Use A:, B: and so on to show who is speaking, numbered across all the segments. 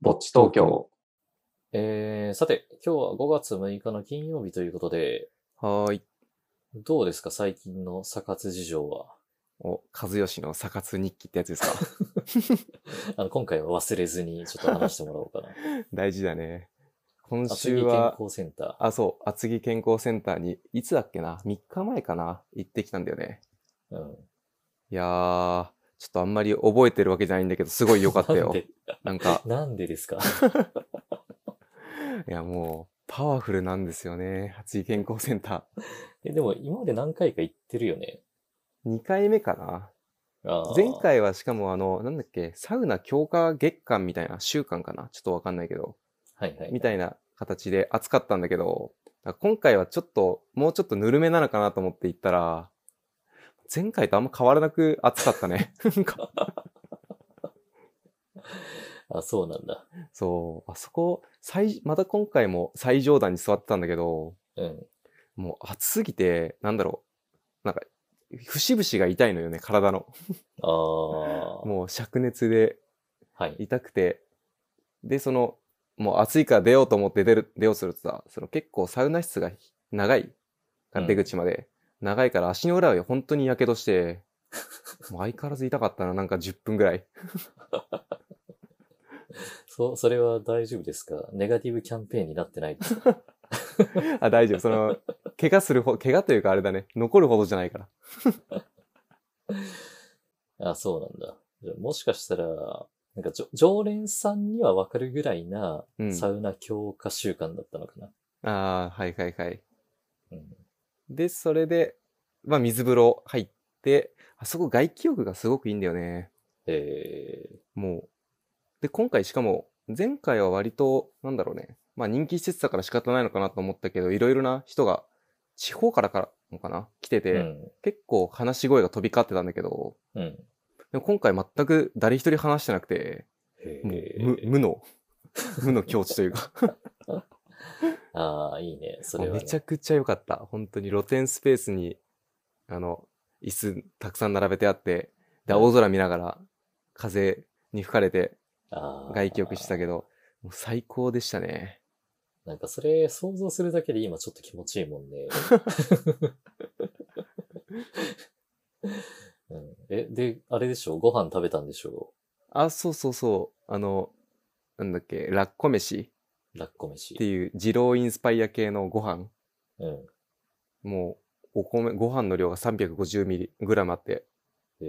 A: ぼっち東京。
B: えー、さて、今日は5月6日の金曜日ということで、
C: はーい。
B: どうですか最近のサ活事 情は。
C: お、和義のサ活日記ってやつです か
B: あの、今回は忘れずにちょっと話してもらおうかな。
C: 大事だね。今
B: 厚木
C: 週
B: 健
C: は、
B: 康センタ
C: あ、そう、厚木健康センターに、いつだっけな ?3 日前かな行ってきたんだよね。
B: ー。うん。
C: いやー、ちょっとあんまり覚えてるわけじゃないんだけど、すごい良かった
B: なん
C: よ。
B: で、
C: なんか、
B: なん でですか
C: いやもう、パワフルなんですよね。厚木健康センタ
B: え、でも今まで何回か行ってるよね。
C: ー。2回目かな
B: あー
C: 前。回はしかもあの、なんだっけ、サウナ強化月間みたいな、週間かなちょっとわかんないけど、
B: はいはい。
C: みたいな形で暑かったんだけど、だから今回はちょっと、もうちょっとぬるめなのかなと思って行ったら、前回とあんま変わらなく暑かったね。 なんか
B: あ、そうなんだ。
C: そう、あそこ、最、また今回も最上段に座ってたんだけど、
B: うん。
C: もう暑すぎて、なんだろう、なんか、節々が痛いのよね、体の。
B: ああ。
C: もう灼熱で
B: はい。
C: 痛くて、で、その、もう暑いから出ようと思って出る、出ようとするとさ、その結構サウナ室が長い、
B: うん
C: 出口まで、長いから足の裏は本当に火傷して、もう相変わらず痛かったな、なんか10分ぐらい。
B: そ、それは大丈夫ですかネガティブキャンペーンになってないですか
C: あ、大丈夫。その、怪我するほ、怪我というかあれだね、残るほどじゃないから。
B: あ、そうなんだ。じゃあもしかしたら、なんかじょ、常連さんにはわかるぐらいな
C: う、ん
B: サウナ強化習慣だったのかな。
C: ああ、はいはいはい。
B: うん
C: で、それで、まあ水風呂入って、あそこ外気浴がすごくいいんだよね。
B: え
C: もう。で、今回しかも、前回は割と、なんだろうね。まあ人気施設だから仕方ないのかなと思ったけど、いろいろな人が、地方からからのかな来て
B: ー
C: て、結構話し声が飛び交ってたんだけど、
B: うん。うん。
C: でも今回全く誰一人話してなくて、
B: へ
C: もう無
B: え。
C: 無の、 無の境地というか、
B: ああ、いいね。それは、ね。
C: めちゃくちゃ良かった。本当に露天スペースに、あの、椅子たくさん並べてあって、で、青空見ながら、風に吹かれて
B: あー
C: 外気浴してたけど、もう最高でしたね。
B: なんかそれ想像するだけで今ちょっと気持ちいいも んね。うん、え、で、あれでしょご飯食べたんでしょ
C: あ、そうそうそう。あの、なんだっけ、ラッコ飯
B: ラッコ
C: って
B: 飯。
C: いう二郎インスパイア系のご飯。
B: うん。
C: もう、お米、ご飯の量が350ミリグラムあって、
B: え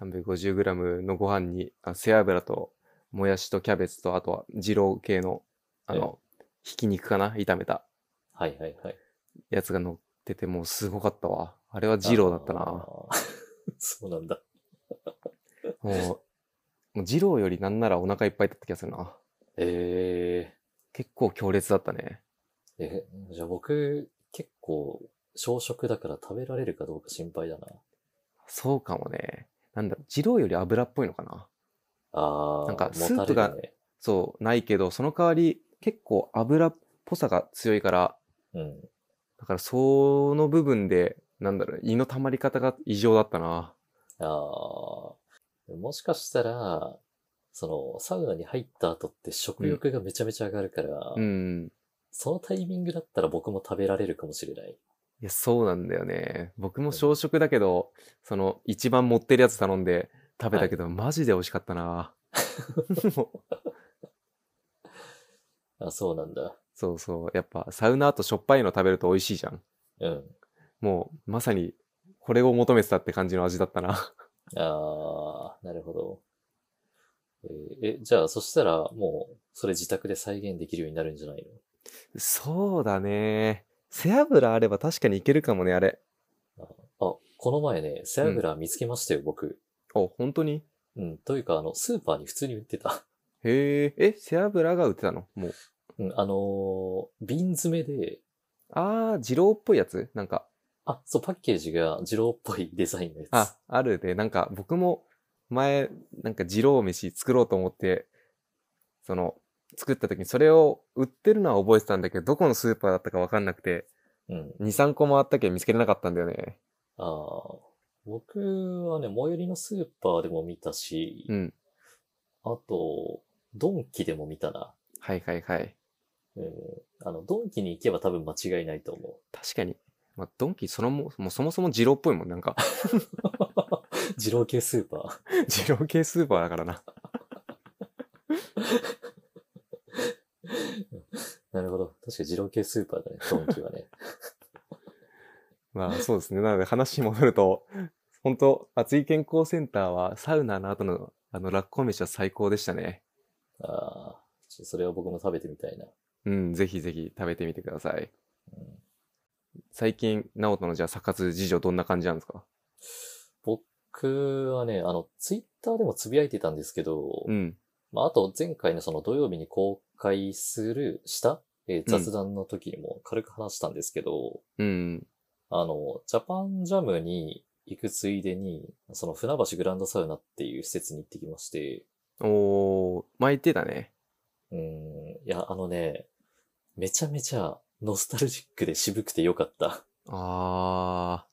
C: 350グラムのご飯に、あ背脂と、もやしとキャベツと、あとは二郎系の、あの、ひき肉かな炒めた
B: ー、はいはいはい。
C: やつが乗ってて、もうすごかったわ。あれは二郎だったな。
B: あ
C: も
B: ー。 そうなんだ。
C: う、もう二郎よりなんならお腹いっぱいだった気がするな。
B: え
C: 結構強烈だったね。
B: ー、え、じゃあ僕結構小食だから食べられるかどうか心配だな。
C: そうかもね。なんだろう、二郎より油っぽいのかな。
B: ああ、
C: なんか
B: も
C: スープが
B: たれる
C: そう、ないけど、その代わり結構油っぽさが強いから、
B: ね、
C: だからその部分で、なんだろう、胃の溜まり方が異常だったな。
B: うん。ああ、もしかしたら、その、サウナに入った後って食欲がめちゃめちゃ上がるから、
C: うん。
B: そのタイミングだったら僕も食べられるかもしれない。
C: いや、そうなんだよね。僕も小食だけど、その一番持ってるやつ頼んで食べたけど、マジで美味しかったな。 もう
B: あ、そうなんだ。
C: そうそう。やっぱサウナ後しょっぱいの食べると美味しいじゃん。
B: うん。
C: もう、まさに、これを求めてたって感じの味だったな。
B: ああ、なるほど。えーえ、じゃあ、そしたら、もう、それ自宅で再現できるようになるんじゃない
C: そうだね。背脂あれば確かにいけるかもね、あれ。
B: のあ、この前ね、背脂見つけましたよ、僕。
C: お、本当に
B: うん、というか、あの、スーパーに普通に売ってた。
C: へえ、え、背脂が売ってたのもう。
B: うん、あのー瓶詰めで、
C: あー、二郎っぽいやつなんか。
B: あ、そう、パッケージが二郎っぽいデザインのやつ。
C: あ、あるで、なんか僕も前、なんか二郎飯作ろうと思って、その、作った時にそれを売ってるのは覚えてたんだけど、どこのスーパーだったかわかんなくて、
B: うん。
C: 2、3個回ったけど見つけれなかったんだよね。
B: あー僕はね、最寄りのスーパーでも見たし、
C: うん。
B: あと、ドンキでも見たな。
C: はいはいはい。
B: うん。あの、ドンキに行けば多分間違いないと思
C: 確かに。まあ、ドンキそのも、もうそもそも二郎っぽいもん。なんか、
B: う。 二郎系スーパ
C: 二郎系スーパーだからな。
B: ー。なるほど。確か二郎系スーパーだね、ドンキはね。
C: まあそうですね。なので話に戻ると、本当熱い健康センターはサウナの後のあのラッコ飯は最高でしたね。
B: ああ、ちょそれは僕も食べてみたいな。
C: うん、ぜひぜひ食べてみてください。最近、ナオトのじゃあ、サ活事情どんな感じなんですか
B: 僕はね、あの、ツイッターでもつぶやいてたんですけど、
C: うん。
B: まあ、あと前回のその土曜日に公開する、した、えー
C: うん
B: 雑談の時にも軽く話したんですけど、
C: うん。
B: あの、ジャパンジャムに行くついでに、その船橋グランドサウナっていう施設に行ってきまして、
C: おー、巻いてたね。
B: うーん、いや、あのね、めちゃめちゃノスタルジックで渋くてよかった。
C: あ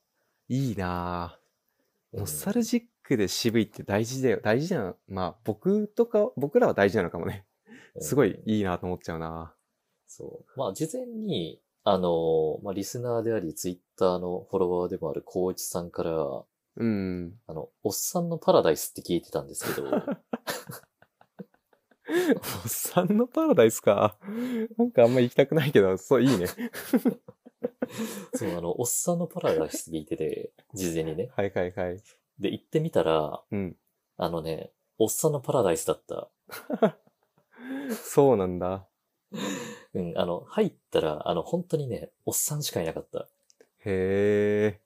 C: ー、いいなー。ノスタ
B: ジ
C: ルジックで渋いって大事だよ。大事だよ。まあ、僕とか、僕らは大事なのかもね。
B: ッ
C: すごいいいなと思っちゃうな。
B: そう。まあ、事前に、あの、まあ、リスナーであり、ツイッターのフォロワーでもある光一さんから、あ
C: うん。
B: の、おっさんのパラダイスって聞いてたんです けど、
C: おっさんのパラダイスか。なんかあんま行きたくないけど、そう、いいね。
B: そう、あの、おっさんのパラダイス聞いてて、事前にね。
C: はいはいはい。
B: で、行ってみたら、
C: うん。
B: あのね、おっさんのパラダイスだった。
C: そうなんだ。
B: うん、あの、入ったら、あの、本当にね、おっさんしかいなかった。
C: へ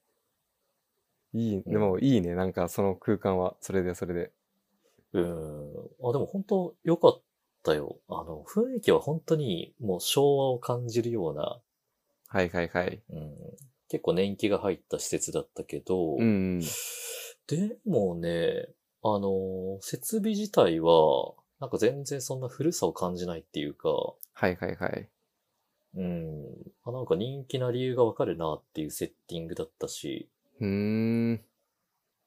C: え。いい、
B: うん
C: でもいいね。なんかその空間は、それでそれで。
B: うーん。あ、でも本当良かったよ。あの、雰囲気は本当にもう昭和を感じるような、
C: はいはいはい。
B: うん、結構年季が入った施設だったけど、
C: うん。
B: でもね、あの、設備自体は、なんか全然そんな古さを感じないっていうか、
C: はいはいはい。
B: うん、あなんか人気な理由がわかるなっていうセッティングだったし、
C: うーん。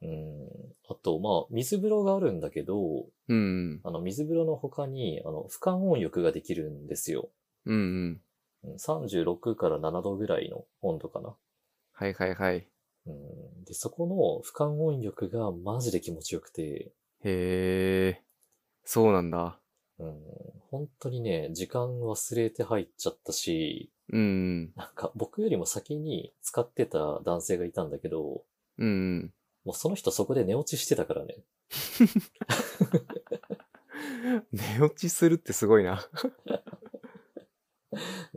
B: うん、あと、まあ、水風呂があるんだけど、
C: うん。
B: あの、水風呂の他に、あの、俯瞰温浴ができるんですよ。
C: うんうん。
B: うん36から7度ぐらいの温度かな。
C: はいはいはい。へ
B: うん、で、そこの俯瞰温浴がマジで気持ちよくて、
C: え。そうなんだ。
B: うん、本当にね、時間忘れて入っちゃったし、
C: うんうん。
B: なんか僕よりも先に使ってた男性がいたんだけど、
C: うんうん。
B: もうその人そこで寝落ちしてたからね。
C: 寝落ちするってすごいな。
B: う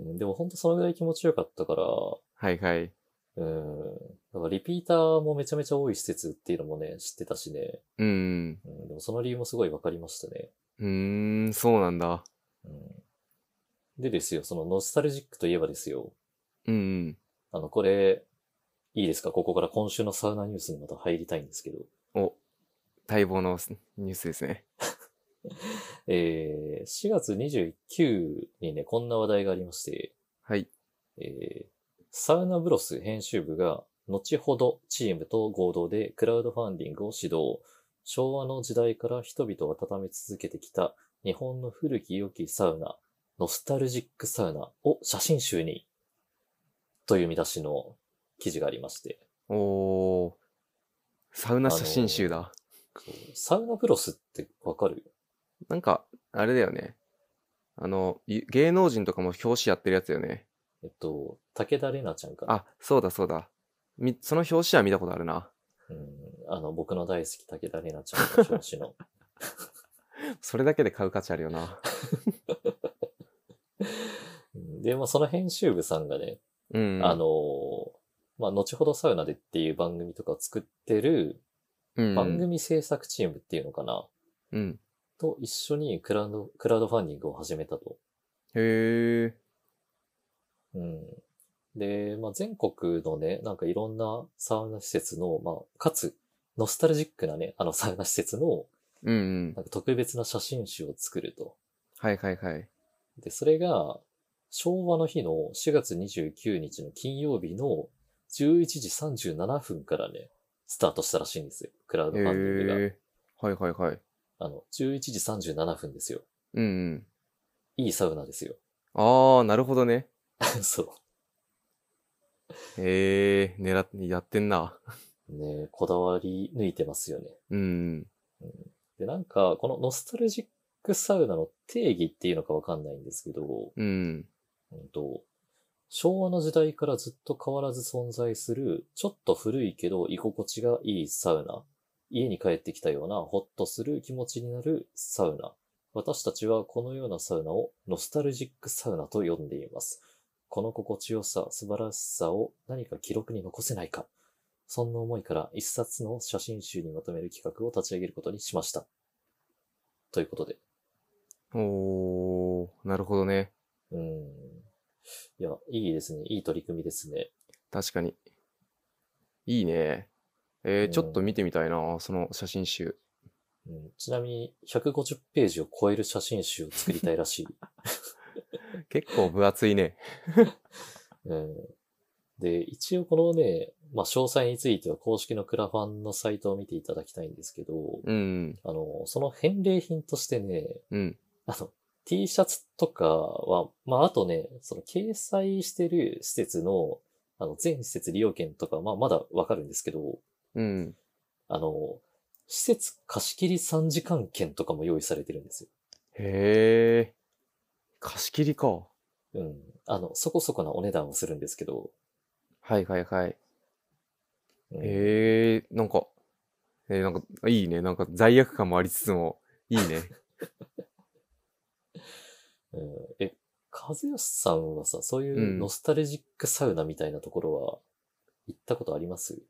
B: んでも本当そのぐらい気持ちよかったから、
C: はいはい。
B: うん。だからリピーターもめちゃめちゃ多い施設っていうのもね、知ってたしね。
C: うん
B: うん、でもその理由もすごいわかりましたね。
C: うん。うーん、そうなんだ。
B: うん。でですよ、そのノスタルジックといえばですよ。
C: うんうん。
B: あの、これ、いいですかここから今週のサウナニュースにまた入りたいんですけど。
C: お、待望のニュースですね。
B: えー、4月29にね、こんな話題がありまして、
C: はい。
B: えーサウナブロス編集部が、後ほどチームと合同でクラウドファンディングを指導、昭和の時代から人々を温め続けてきた日本の古き良きサウナ、ノスタルジックサウナを写真集に、という見出しの記事がありまして、
C: おー、サウナ写真集だ。
B: サウナブロスってわかる
C: なんか、あれだよね。あの、ゆ芸能人とかも表紙やってるやつだよね。
B: えっと、武田玲奈ちゃんかな
C: あ、そうだそうだ。み、その表紙は見たことあるな。
B: うん、あの、僕の大好き武田玲奈ちゃんの表紙 の。
C: それだけで買う価値あるよな。
B: うんで、まあ、その編集部さんがね、
C: うん。
B: あの、まあ、後ほどサウナでっていう番組とかを作ってる
C: うん、
B: 番組制作チームっていうのかな、
C: うん。
B: と一緒にクラウド、クラウドファンディングを始めたと。
C: へえ。
B: うん。で、まあ、全国のね、なんかいろんなサウナ施設の、まあ、かつ、ノスタルジックなね、あのサウナ施設の、
C: うんうん
B: な。んか特別な写真集を作ると。
C: はいはいはい。
B: で、それが、昭和の日の4月29日の金曜日の11時37分からね、スタートしたらしいんですよ。クラウド
C: へ
B: ファンディングが。
C: え。はいはいはい。
B: あの、11時37分ですよ。
C: ううんうん。
B: いいサウナですよ。
C: ああ、なるほどね。
B: そ
C: ええー、狙って、やってんな。
B: う。ねえこだわり抜いてますよね。
C: うん。
B: で、なんか、このノスタルジックサウナの定義っていうのかわかんないんですけど、
C: うん。
B: うんと、昭和の時代からずっと変わらず存在する、ちょっと古いけど居心地がいいサウナ。家に帰ってきたようなホッとする気持ちになるサウナ。私たちはこのようなサウナをノスタルジックサウナと呼んでいます。この心地よさ、素晴らしさを何か記録に残せないか。そんな思いから一冊の写真集にまとめる企画を立ち上げることにしました。ということで。
C: おー、なるほどね。
B: うん。いや、いいですね。いい取り組みですね。
C: 確かに。いいね。え
B: う
C: ー、
B: ん
C: ちょっと見てみたいな、その写真集。
B: うんちなみに、150ページを超える写真集を作りたいらしい。
C: 結構分厚いね。
B: うん、で、一応このね、まあ、詳細については公式のクラファンのサイトを見ていただきたいんですけど、
C: うん。
B: あの、その返礼品としてね、
C: うん。
B: あの、T シャツとかは、まあ、あとね、その掲載してる施設の、あの、全施設利用券とか、まあ、まだわかるんですけど、
C: うん。
B: あの、施設貸し切り3時間券とかも用意されてるんですよ
C: へえ。貸し切りか。は
B: うん。あの、そこそこなお値段はするんですけど。
C: いはいはい。
B: うん
C: へえ、なんか、えー、なんか、いいね。なんか罪悪感もありつつも、いい ね。
B: うん、え、和義さんはさ、そういううんノスタルジックサウナみたいなところは行ったことあります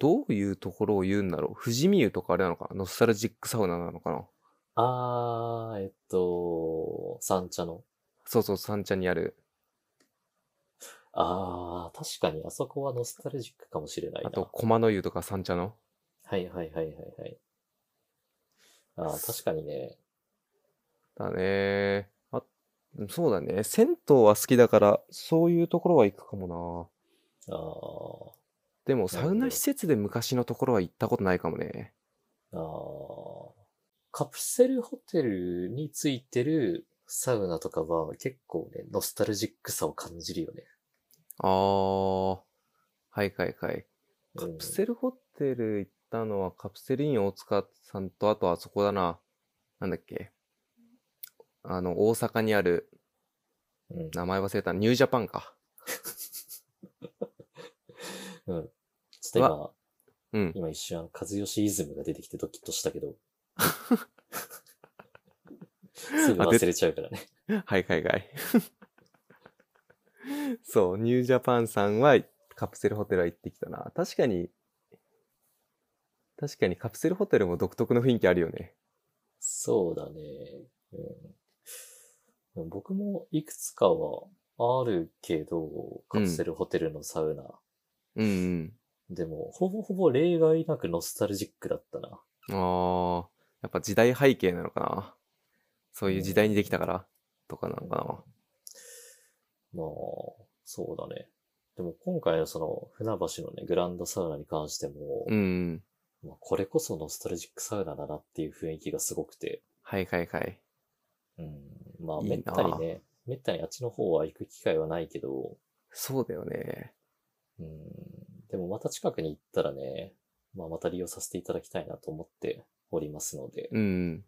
C: どういうところを言うんだろう富士見湯とかあれなのかなノスタルジックサウナなのかな
B: あー、えっと、三茶の。
C: そうそう、三茶にある。
B: あー、確かにあそこはノスタルジックかもしれないな。
C: あと、駒の湯とか三茶の。
B: はいはいはいはいはい。あー、確かにね。
C: だねあ、そうだね。銭湯は好きだから、そういうところは行くかも
B: あー、
C: な。でも、
B: なる
C: サ
B: ほど
C: ウナ施設で昔のところは行ったことないかもね。
B: あーカプセルホテルについてるサウナとかは結構ね、ノスタルジックさを感じるよね。
C: あー。はいはいはい。カプセルホテル行ったのは、カプセルイン大塚さんと、あとあそこだな。なんだっけ。あの、大阪にある、
B: うん
C: 名前忘れた、ニュージャパンか。
B: うん。ちょっと
C: うん。
B: 今、今一瞬、和義イズムが出てきてドキッとした けど。すぐ忘れちゃうからね。
C: はいはいはい。そう、ニュージャパンさんはカプセルホテルは行ってきたな。確かに、確かにカプセルホテルも独特の雰囲気あるよね。
B: そうだね、うん。僕もいくつかはあるけど、カプセルホテルのサウナ。
C: うん、
B: でも、ほぼほぼ例外なくノスタルジックだったな。
C: うん。ああ、やっぱ時代背景なのかな。そういう時代にできたから、とかなのか
B: まあ、そうだね。でも今回のその船橋のね、グランドサウナに関しても、
C: な。うん。
B: まあ、これこそノスタルジックサウナだなっていう雰囲気がすごくて、
C: はいはいはい。
B: うん、まあ
C: いい
B: めったに
C: な
B: ね、めったにあっちの方は行く機会はないけど、
C: そうだよね。
B: うん、でもまた近くに行ったらね、まあまた利用させていただきたいなと思っておりますので、
C: うん。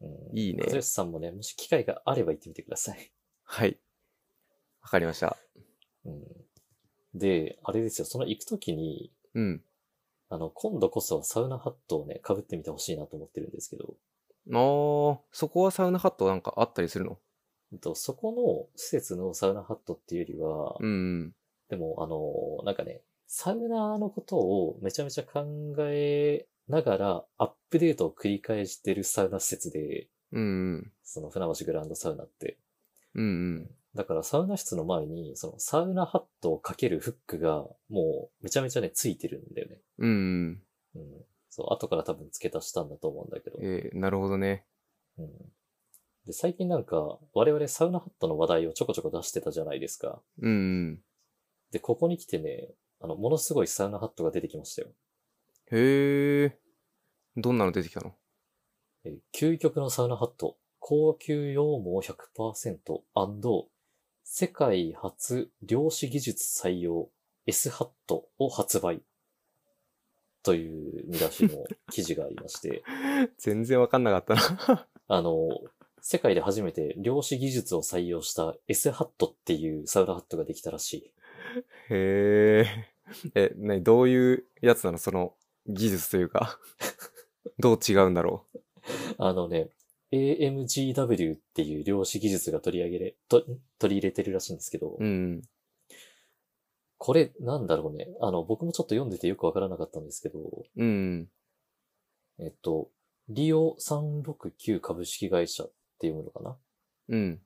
B: うん、
C: いいね
B: 和義さんもね、もし機会があれば行ってみてください。
C: はい。わかりました。
B: うん、で、あれですよ、その行くときに、
C: うん。
B: あの、今度こそサウナハットをね、被ってみてほしいなと思ってるんですけど、
C: あー、そこはサウナハットなんかあったりするの
B: うんとそこの施設のサウナハットっていうよりは、
C: うん。
B: でも、あの、なんかね、サウナーのことをめちゃめちゃ考えながらアップデートを繰り返してるサウナ施設で、
C: うん。
B: その船橋グランドサウナって。
C: うんうん。
B: だからサウナ室の前に、そのサウナハットをかけるフックがもうめちゃめちゃね、ついてるんだよね。
C: うん。
B: うん。そう、後から多分付け足したんだと思うんだけど。
C: えー、なるほどね。
B: うん。で、最近なんか、我々サウナハットの話題をちょこちょこ出してたじゃないですか。
C: うんうん。
B: で、ここに来てね、あの、ものすごいサウナハットが出てきましたよ。
C: へえ。どんなの出てきたの
B: えー究極のサウナハット、高級羊毛100%世界初量子技術採用 S ハットを発売という見出しの記事がありまして、
C: 全然わかんなかったな。
B: あの、世界で初めて量子技術を採用した S ハットっていうサウナハットができたらしい。
C: へえ。え、なに、どういうやつなのその技術というか。どう違うんだろう。
B: あのね、AMGW っていう量子技術が取り上げれ、と取り入れてるらしいんですけど、
C: うん。
B: これなんだろうね。あの、僕もちょっと読んでてよくわからなかったんですけど、
C: うん。
B: えっと、リオ369株式会社っていうものかな
C: うん。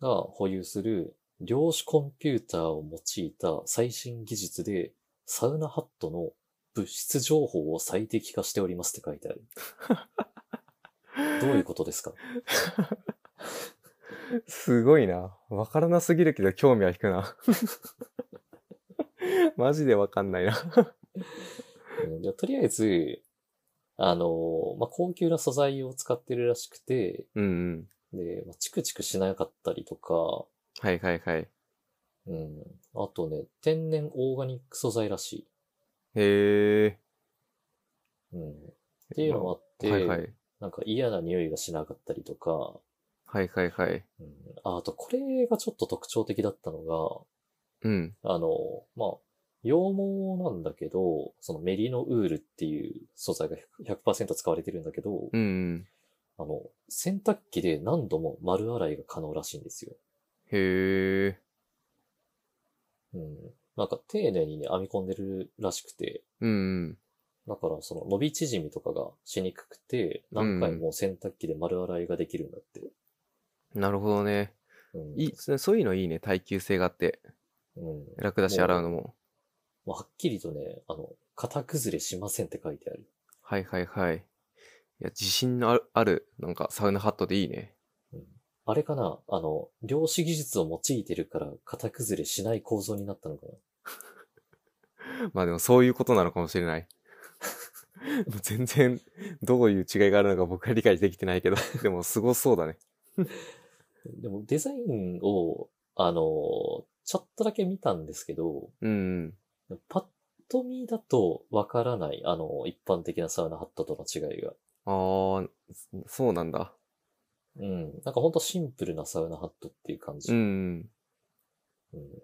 B: が保有する量子コンピューターを用いた最新技術でサウナハットの物質情報を最適化しておりますって書いてある。どういうことですか
C: すごいな。わからなすぎるけど興味は引くな。 マジでわかんないな。
B: うんじゃあとりあえず、あのーまあ、高級な素材を使ってるらしくて、
C: うんうん。
B: で、まあ、チクチクしなかったりとか、
C: はいはいはい。へ
B: うん、あとね、天然オーガニック素材らし
C: え。
B: い。うん、っていうのもあって、
C: はいはい。
B: なんか嫌な匂いがしなかったりとか、
C: はいはいはい。
B: うん、ああとこれがちょっと特徴的だったの
C: うん。
B: が、あの、まあ、羊毛なんだけど、そのメリノウールっていう素材が100%使われてるんだけど、
C: うんうん。
B: あの、洗濯機で何度も丸洗いが可能らしいんですよ。
C: へえ。
B: うん。なんか丁寧にね、編み込んでるらしくて、
C: うんうん。
B: だからその伸び縮みとかがしにくくて、何回も洗濯機で丸洗いができるんだって。
C: なるほどね。
B: うん。
C: いい、そそういうのいいね。耐久性があって。
B: うん。
C: 楽だし洗うのも。
B: もうはっきりとね、あの、型崩れしませんって書いてある。
C: はいはいはい。いや、自信のある、あるなんかサウナハットでいいね。
B: あれかなあの、量子技術を用いてるから型崩れしない構造になったのかな
C: まあでもそういうことなのかもしれない。 もう全然どういう違いがあるのか僕は理解できてないけど、 でもすごそうだね。
B: でもデザインを、あの、ちょっとだけ見たんですけど、
C: うんうん。
B: パッと見だとわからない、あの、一般的なサウナハットとの違いが。
C: ああ、そうなんだ。
B: うん。なんかほんとシンプルなサウナハットっていう感じ。
C: うんうん。
B: うん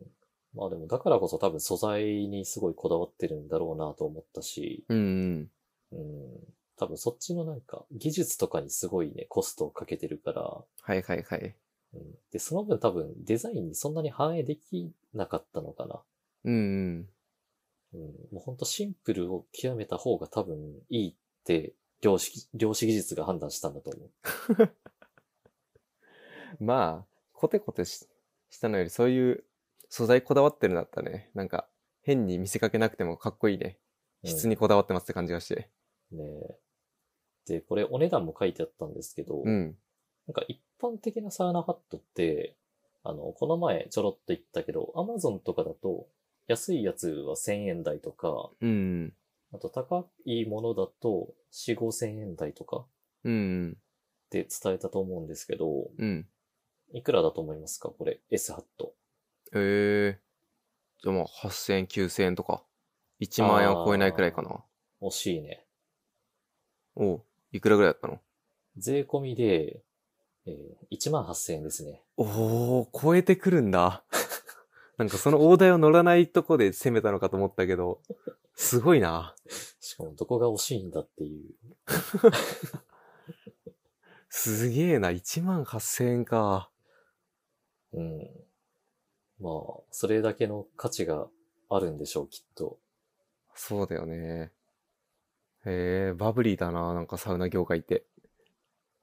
B: まあでも、だからこそ多分素材にすごいこだわってるんだろうなと思ったし、
C: うんうん。
B: うん。多分そっちのなんか技術とかにすごいね、コストをかけてるから、
C: はいはいはい。
B: うん、で、その分多分デザインにそんなに反映できなかったのかな。
C: うんうん。
B: うん、もうほんとシンプルを極めた方が多分いいって、量子、量子技術が判断したんだと思う。
C: まあ、コテコテししたのよりそういう素材こだわってるんだったね。なんか変に見せかけなくてもかっこいいね。
B: うん
C: 質にこだわってますって感じがして。
B: ねえで、これお値段も書いてあったんですけど、
C: うん。
B: なんか一般的なサウナハットって、あの、この前ちょろっと言ったけど、アマゾンとかだと安いやつは1000円台とか、
C: うんうん。
B: あと高いものだと4、5000円台とか
C: うんうん。
B: って伝えたと思うんですけど、
C: うん。
B: いくらだと思いますかこれ、S ハット。
C: ええじゃあまあ8000円、9000円とか。1万円は超えないくらいかな。
B: 惜しいね。
C: おういくらぐらいだったの
B: 税込みで、えー、1万8000円ですね。
C: おお超えてくるんだ。 なんかその大台を乗らないとこで攻めたのかと思ったけど、すごいな。
B: しかもどこが惜しいんだっていう。
C: すげえな。1万8000円か。
B: うん。まあ、それだけの価値があるんでしょう、きっと。
C: そうだよね。へえ、バブリーだな。なんかサウナ業界って。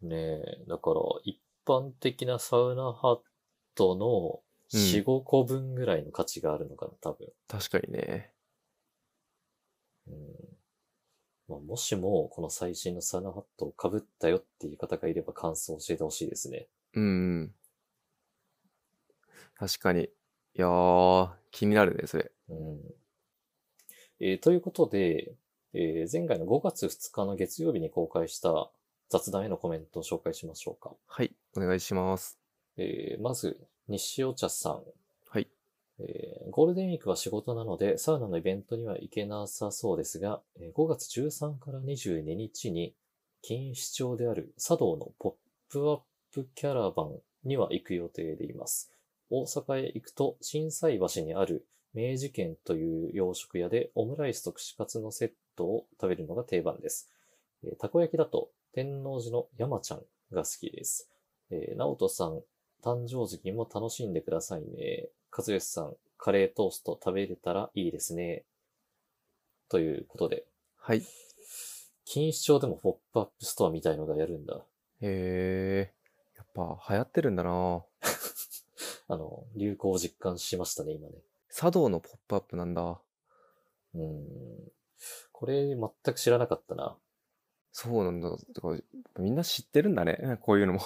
B: ねえ、だから一般的なサウナハットの
C: うん
B: 4、5個分ぐらいの価値があるのかな、多分。
C: 確かにね。
B: うんまあ、もしも、この最新のサウナハットを被ったよっていう方がいれば感想を教えてほしいですね。
C: うんうん。確かに。いやー、気になるね、それ。
B: うんえーということで、えー前回の5月2日の月曜日に公開した雑談へのコメントを紹介しましょうか。
C: はい、お願いします。
B: えーまず、西尾茶さん。
C: はい。
B: えーゴールデンウィークは仕事なので、サウナのイベントには行けなさそうですが、えー5月13から22日に、錦糸町である茶道のポップアップキャラバンには行く予定でいます。大阪へ行くと、心斎橋にある明治軒という洋食屋でオムライスと串カツのセットを食べるのが定番です。えーたこ焼きだと、天王寺の山ちゃんが好きです。えー、直人さん、誕生月も楽しんでくださいね。和義さん、カレートースト食べれたらいいですね。ということで、
C: はい。
B: 錦糸町でもポップアップストアみたいのがやるんだ。
C: へえ、やっぱ流行ってるんだな
B: あの、流行を実感しましたね、今ね。
C: 茶道のポップアップなんだ。
B: うーん。これ、全く知らなかったな。
C: そうなんだ。てかみんな知ってるんだね。 こういうのも。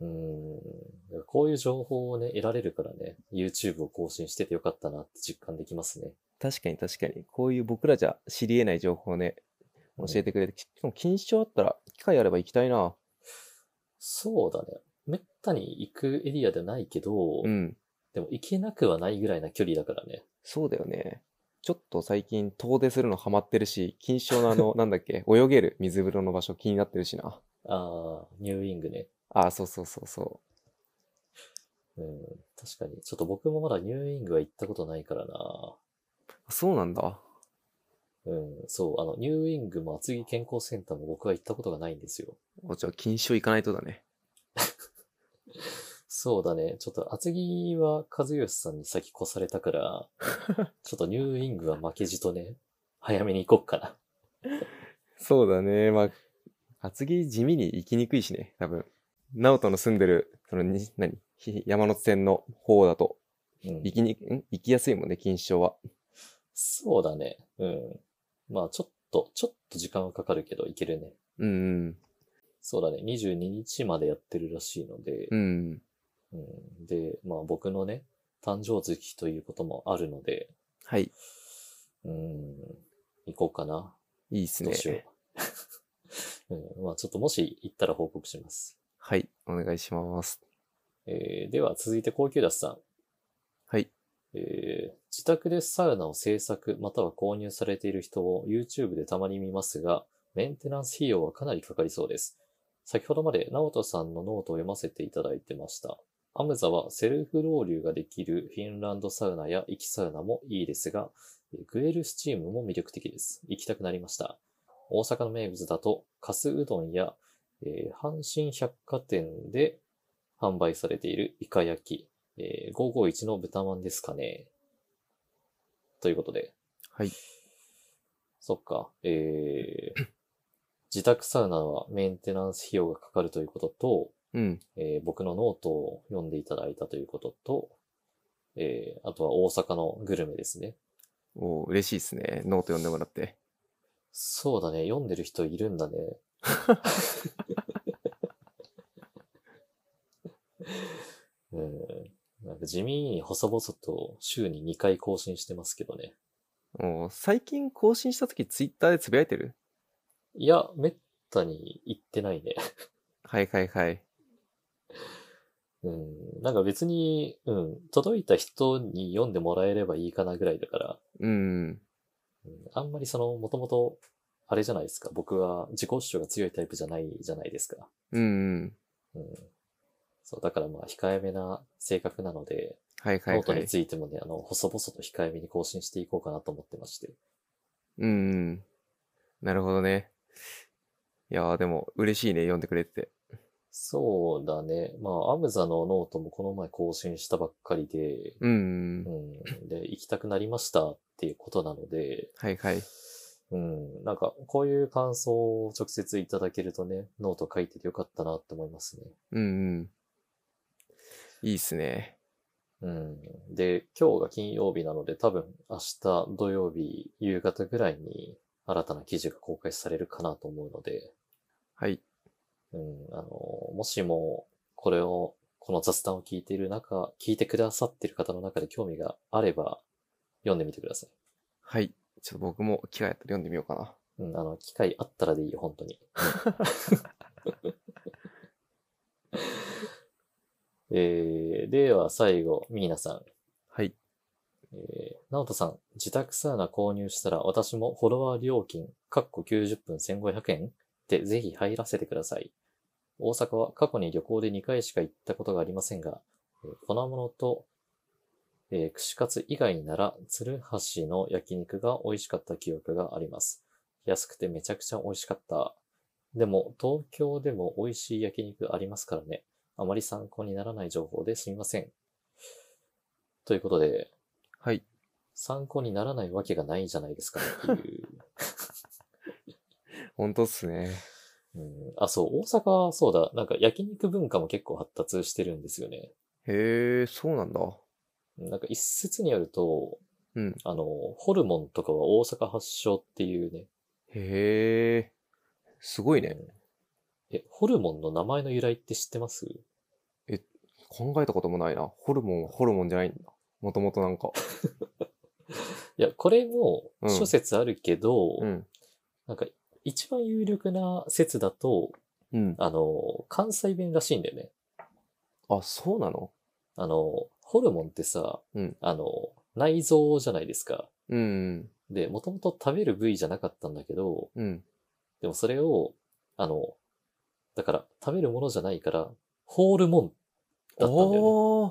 B: うーん。こういう情報をね、得られるからね、YouTube を更新しててよかったなって実感できますね。
C: 確かに確かに。こういう僕らじゃ知り得ない情報をね、教えてくれて。しかも禁止症あったら、機会あれば行きたいな。
B: そうだね。めったに行くエリアではないけど、
C: うん。
B: でも行けなくはないぐらいな距離だからね。
C: そうだよね。ちょっと最近遠出するのハマってるし、禁止症のあ の、なんだっけ、泳げる水風呂の場所気になってるしな。
B: ああ、ニューウィングね。
C: ああ、そうそうそうそ
B: うん、確かに。ちょっと僕もまだニューウィングは行ったことないからな。
C: う。そうなんだ。
B: うん、そう、あの、ニューウィングも厚木健康センターも僕は行ったことがないんですよ。
C: おじゃあ禁止症行かないとだね。
B: そうだね。ちょっと厚木は和義さんに先越されたから、ちょっとニューウィングは負けじとね、早めに行こっかな。
C: そうだね。まあ、厚木地味に行きにくいしね、多分。直人の住んでる、そのに、何ひ山手線の方だと、
B: うん、
C: 行きに、ん行きやすいもんね、錦糸町は。
B: そうだね。うん。まあ、ちょっと、ちょっと時間はかかるけど、行けるね。
C: うん
B: そうだね。22日までやってるらしいので、
C: うん、うん。
B: うん、で、まあ僕のね、誕生月ということもあるので、
C: はい。
B: うん、行こうかな。
C: いいっす
B: どう
C: ね。
B: しよう。 うん、まあちょっともし行ったら報告します。
C: はい。お願いします。
B: えーでは続いて高級ダスさん。
C: はい。
B: えー自宅でサウナを制作または購入されている人を YouTube でたまに見ますが、メンテナンス費用はかなりかかりそうです。先ほどまで直人さんのノートを読ませていただいてました。アムザはセルフロウリュができるフィンランドサウナや行きサウナもいいですが、えーグエルスチームも魅力的です。行きたくなりました。大阪の名物だと、カスうどんや、えー阪神百貨店で販売されているイカ焼き、えー551の豚まんですかね。ということで。
C: はい。
B: そっか。えー 自宅サウナはメンテナンス費用がかかるということと、
C: うん。
B: えー僕のノートを読んでいただいたということと、えーあとは大阪のグルメですね。
C: おー嬉しいっすね。ノート読んでもらって。
B: そうだね。読んでる人いるんだね。うん。なんか地味に細々と週に2回更新してますけどね。
C: おー最近更新した時ツイッターでつぶやいてる
B: いや、めったに行ってないね。
C: はいはいはい。
B: うん。なんか別に、うん。届いた人に読んでもらえればいいかなぐらいだから、
C: うん。
B: うん、あんまりその、もともと、あれじゃないですか。僕は自己主張が強いタイプじゃないじゃないですか。
C: うんうん。
B: うん。そう、だからまあ、控えめな性格なので、
C: はいはい
B: ノート
C: は
B: に
C: い。
B: ついてもね、あの、細々と控えめに更新していこうかなと思ってまして。
C: うんうん。なるほどね。いやーでも嬉しいね、読んでくれてて。
B: そうだね。まあ、アムザのノートもこの前更新したばっかりで、
C: うん
B: う
C: うん。
B: ん。で、行きたくなりましたっていうことなので、
C: はいはい。
B: うん。なんか、こういう感想を直接いただけるとね、ノート書いててよかったなって思いますね。
C: うんうん。いいっすね。
B: うん。で、今日が金曜日なので、多分明日土曜日夕方ぐらいに新たな記事が公開されるかなと思うので、
C: はい。
B: うん、あの、もしもこれを、この雑談を聞いている中、聞いてくださっている方の中で興味があれば、読んでみてくださ
C: はい。ちょっと僕も機会あったら読んでみようかな。
B: い。うん、あの、機会あったらでいいよ、本当に。 えー、では最後、ミーナさん。
C: はい。
B: えー、ナオトさん、自宅サウナ購入したら私もフォロワー料金、かっこ90分1500円でぜひ入らせてください。大阪は過去に旅行で2回しか行ったことがありませんが、えー粉物と、えー串カツ以外なら、鶴橋の焼肉が美味しかった記憶があります。安くてめちゃくちゃ美味しかった。でも、東京でも美味しい焼肉ありますからね。あまり参考にならない情報ですみません。ということで、
C: はい。
B: 参考にならないわけがないじゃないですかっていう。
C: 本当っすね。
B: うん、あ、そう、大阪はそうだ、なんか焼肉文化も結構発達してるんですよね。
C: へえ、そうなんだ。
B: なんか一説によると、
C: うん。
B: あの、ホルモンとかは大阪発祥っていうね。
C: へえ、すごいね。
B: うんえ、ホルモンの名前の由来って知ってます
C: 考えたこともないな。ホルモンはホルモンじゃないんだ。もともとなんか。
B: いや、これも
C: うん
B: 諸説あるけど、
C: うん。
B: なんか一番有力な説だと、
C: うん。
B: あの、関西弁らしいんだよね。
C: あ、そうなの
B: あの、ホルモンってさ、
C: うん
B: あの、内臓じゃないですか。
C: うん。
B: で、もともと食べる部位じゃなかったんだけど、
C: うん。
B: でもそれを、あの、だから食べるものじゃないから、ホールモンだったんだよ
C: お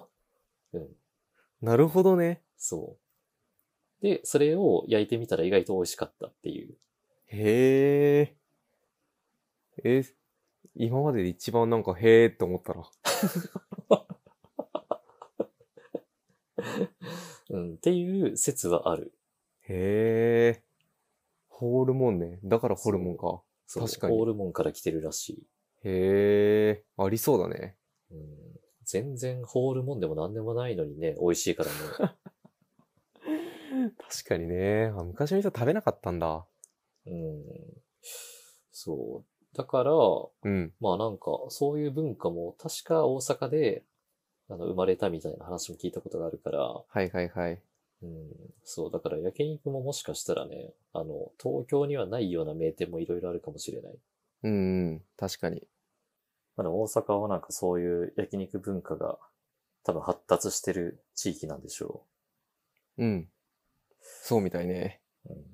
C: ー
B: ね。うん。
C: なるほどね。
B: そう。で、それを焼いてみたら意外と美味しかったっていう。
C: へえ。え、今までで一番なんか、へえって思ったら。
B: うん、っていう説はある。
C: へえ。ホルモンね。だからホルモンか。
B: そう
C: 確かに
B: ホールモンから来てるらし
C: へえ。ありそうだね。
B: い。うん、全然ホールモンでも何でもないのにね、美味しいからね。
C: 確かにね。あ昔の人食べなかったんだ。
B: うん。そう。だから、
C: うん。
B: まあなんか、そういう文化も確か大阪で、あの、生まれたみたいな話も聞いたことがあるから、
C: はいはいはい。
B: うん、そう、だから焼肉ももしかしたらね、あの、東京にはないような名店もいろいろあるかもしれない。
C: うん、うん。確かに。
B: まあでも大阪はなんかそういう焼肉文化が多分発達してる地域なんでしょ
C: うん。そうみたいね。
B: う。うん、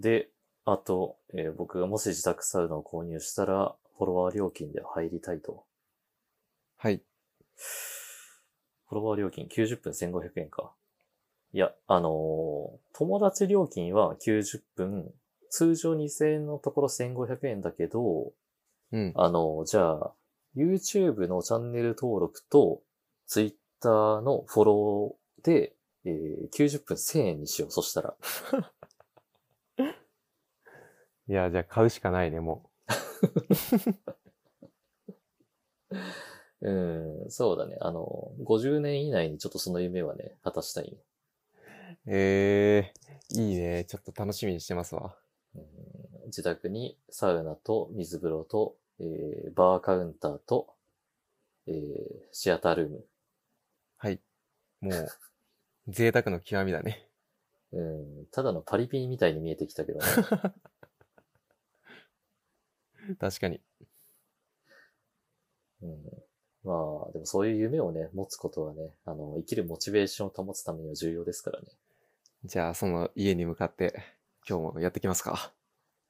B: で、あと、えー僕がもし自宅サウナを購入したら、フォロワー料金で入りたいと。
C: はい。
B: フォロワー料金90分1500円か。いや、あのー友達料金は90分、通常2000円のところ1500円だけど、
C: うん。
B: あの、じゃあ、YouTube のチャンネル登録と Twitter のフォローで、えー90分1000円にしよう。そしたら。
C: いや、じゃあ買うしかないね、も
B: うん、そうだね。あの、50年以内にちょっとその夢はね、果たしたいね。
C: う。ええいいね。ちょっと楽しみにしてますわ。
B: うん自宅にサウナと水風呂と、えーバーカウンターと、えーシアタールーム。
C: はい。もう、贅沢の極みだね。
B: うん、ただのパリピみたいに見えてきたけどね。
C: 確かに。
B: うん、まあ、でもそういう夢をね、持つことはね、あの、生きるモチベーションを保つためには重要ですからね。
C: じゃあ、その家に向かって、今日もやってきますか。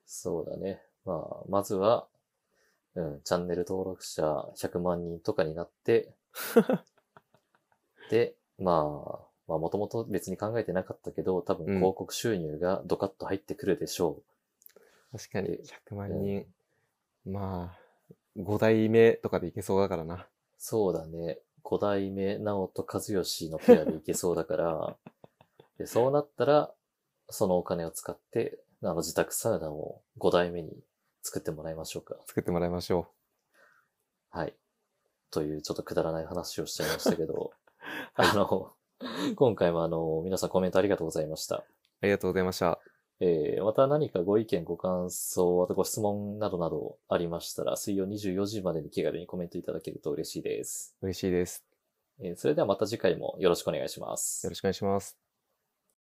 B: そうだね。まあ、まずは、うん、チャンネル登録者100万人とかになって、 で、まあ、まあ、もともと別に考えてなかったけど、多分
C: うん
B: 広告収入がドカッと入ってくるでしょ
C: 確かに
B: え、
C: 100万人。まあ、5代目とかでいけそうだからな。
B: う。そうだね。五代目、直人和義のペアでいけそうだから、でそうなったら、そのお金を使って、あの、自宅サウナを五代目に作ってもらいましょうか。
C: 作ってもらいましょ
B: はい。という、ちょっとくだらない話をしちゃいましたけど、あの、今回もあの、皆さんコメントありがとうございました。
C: う。ありがとうございました。
B: えー、また何かご意見、ご感想、あとご質問などなどありましたら、水曜24時までに気軽にコメントいただけると嬉しいです。
C: 嬉しいです。
B: えーそれではまた次回もよろしくお願いします
C: よろ。しくお願いします。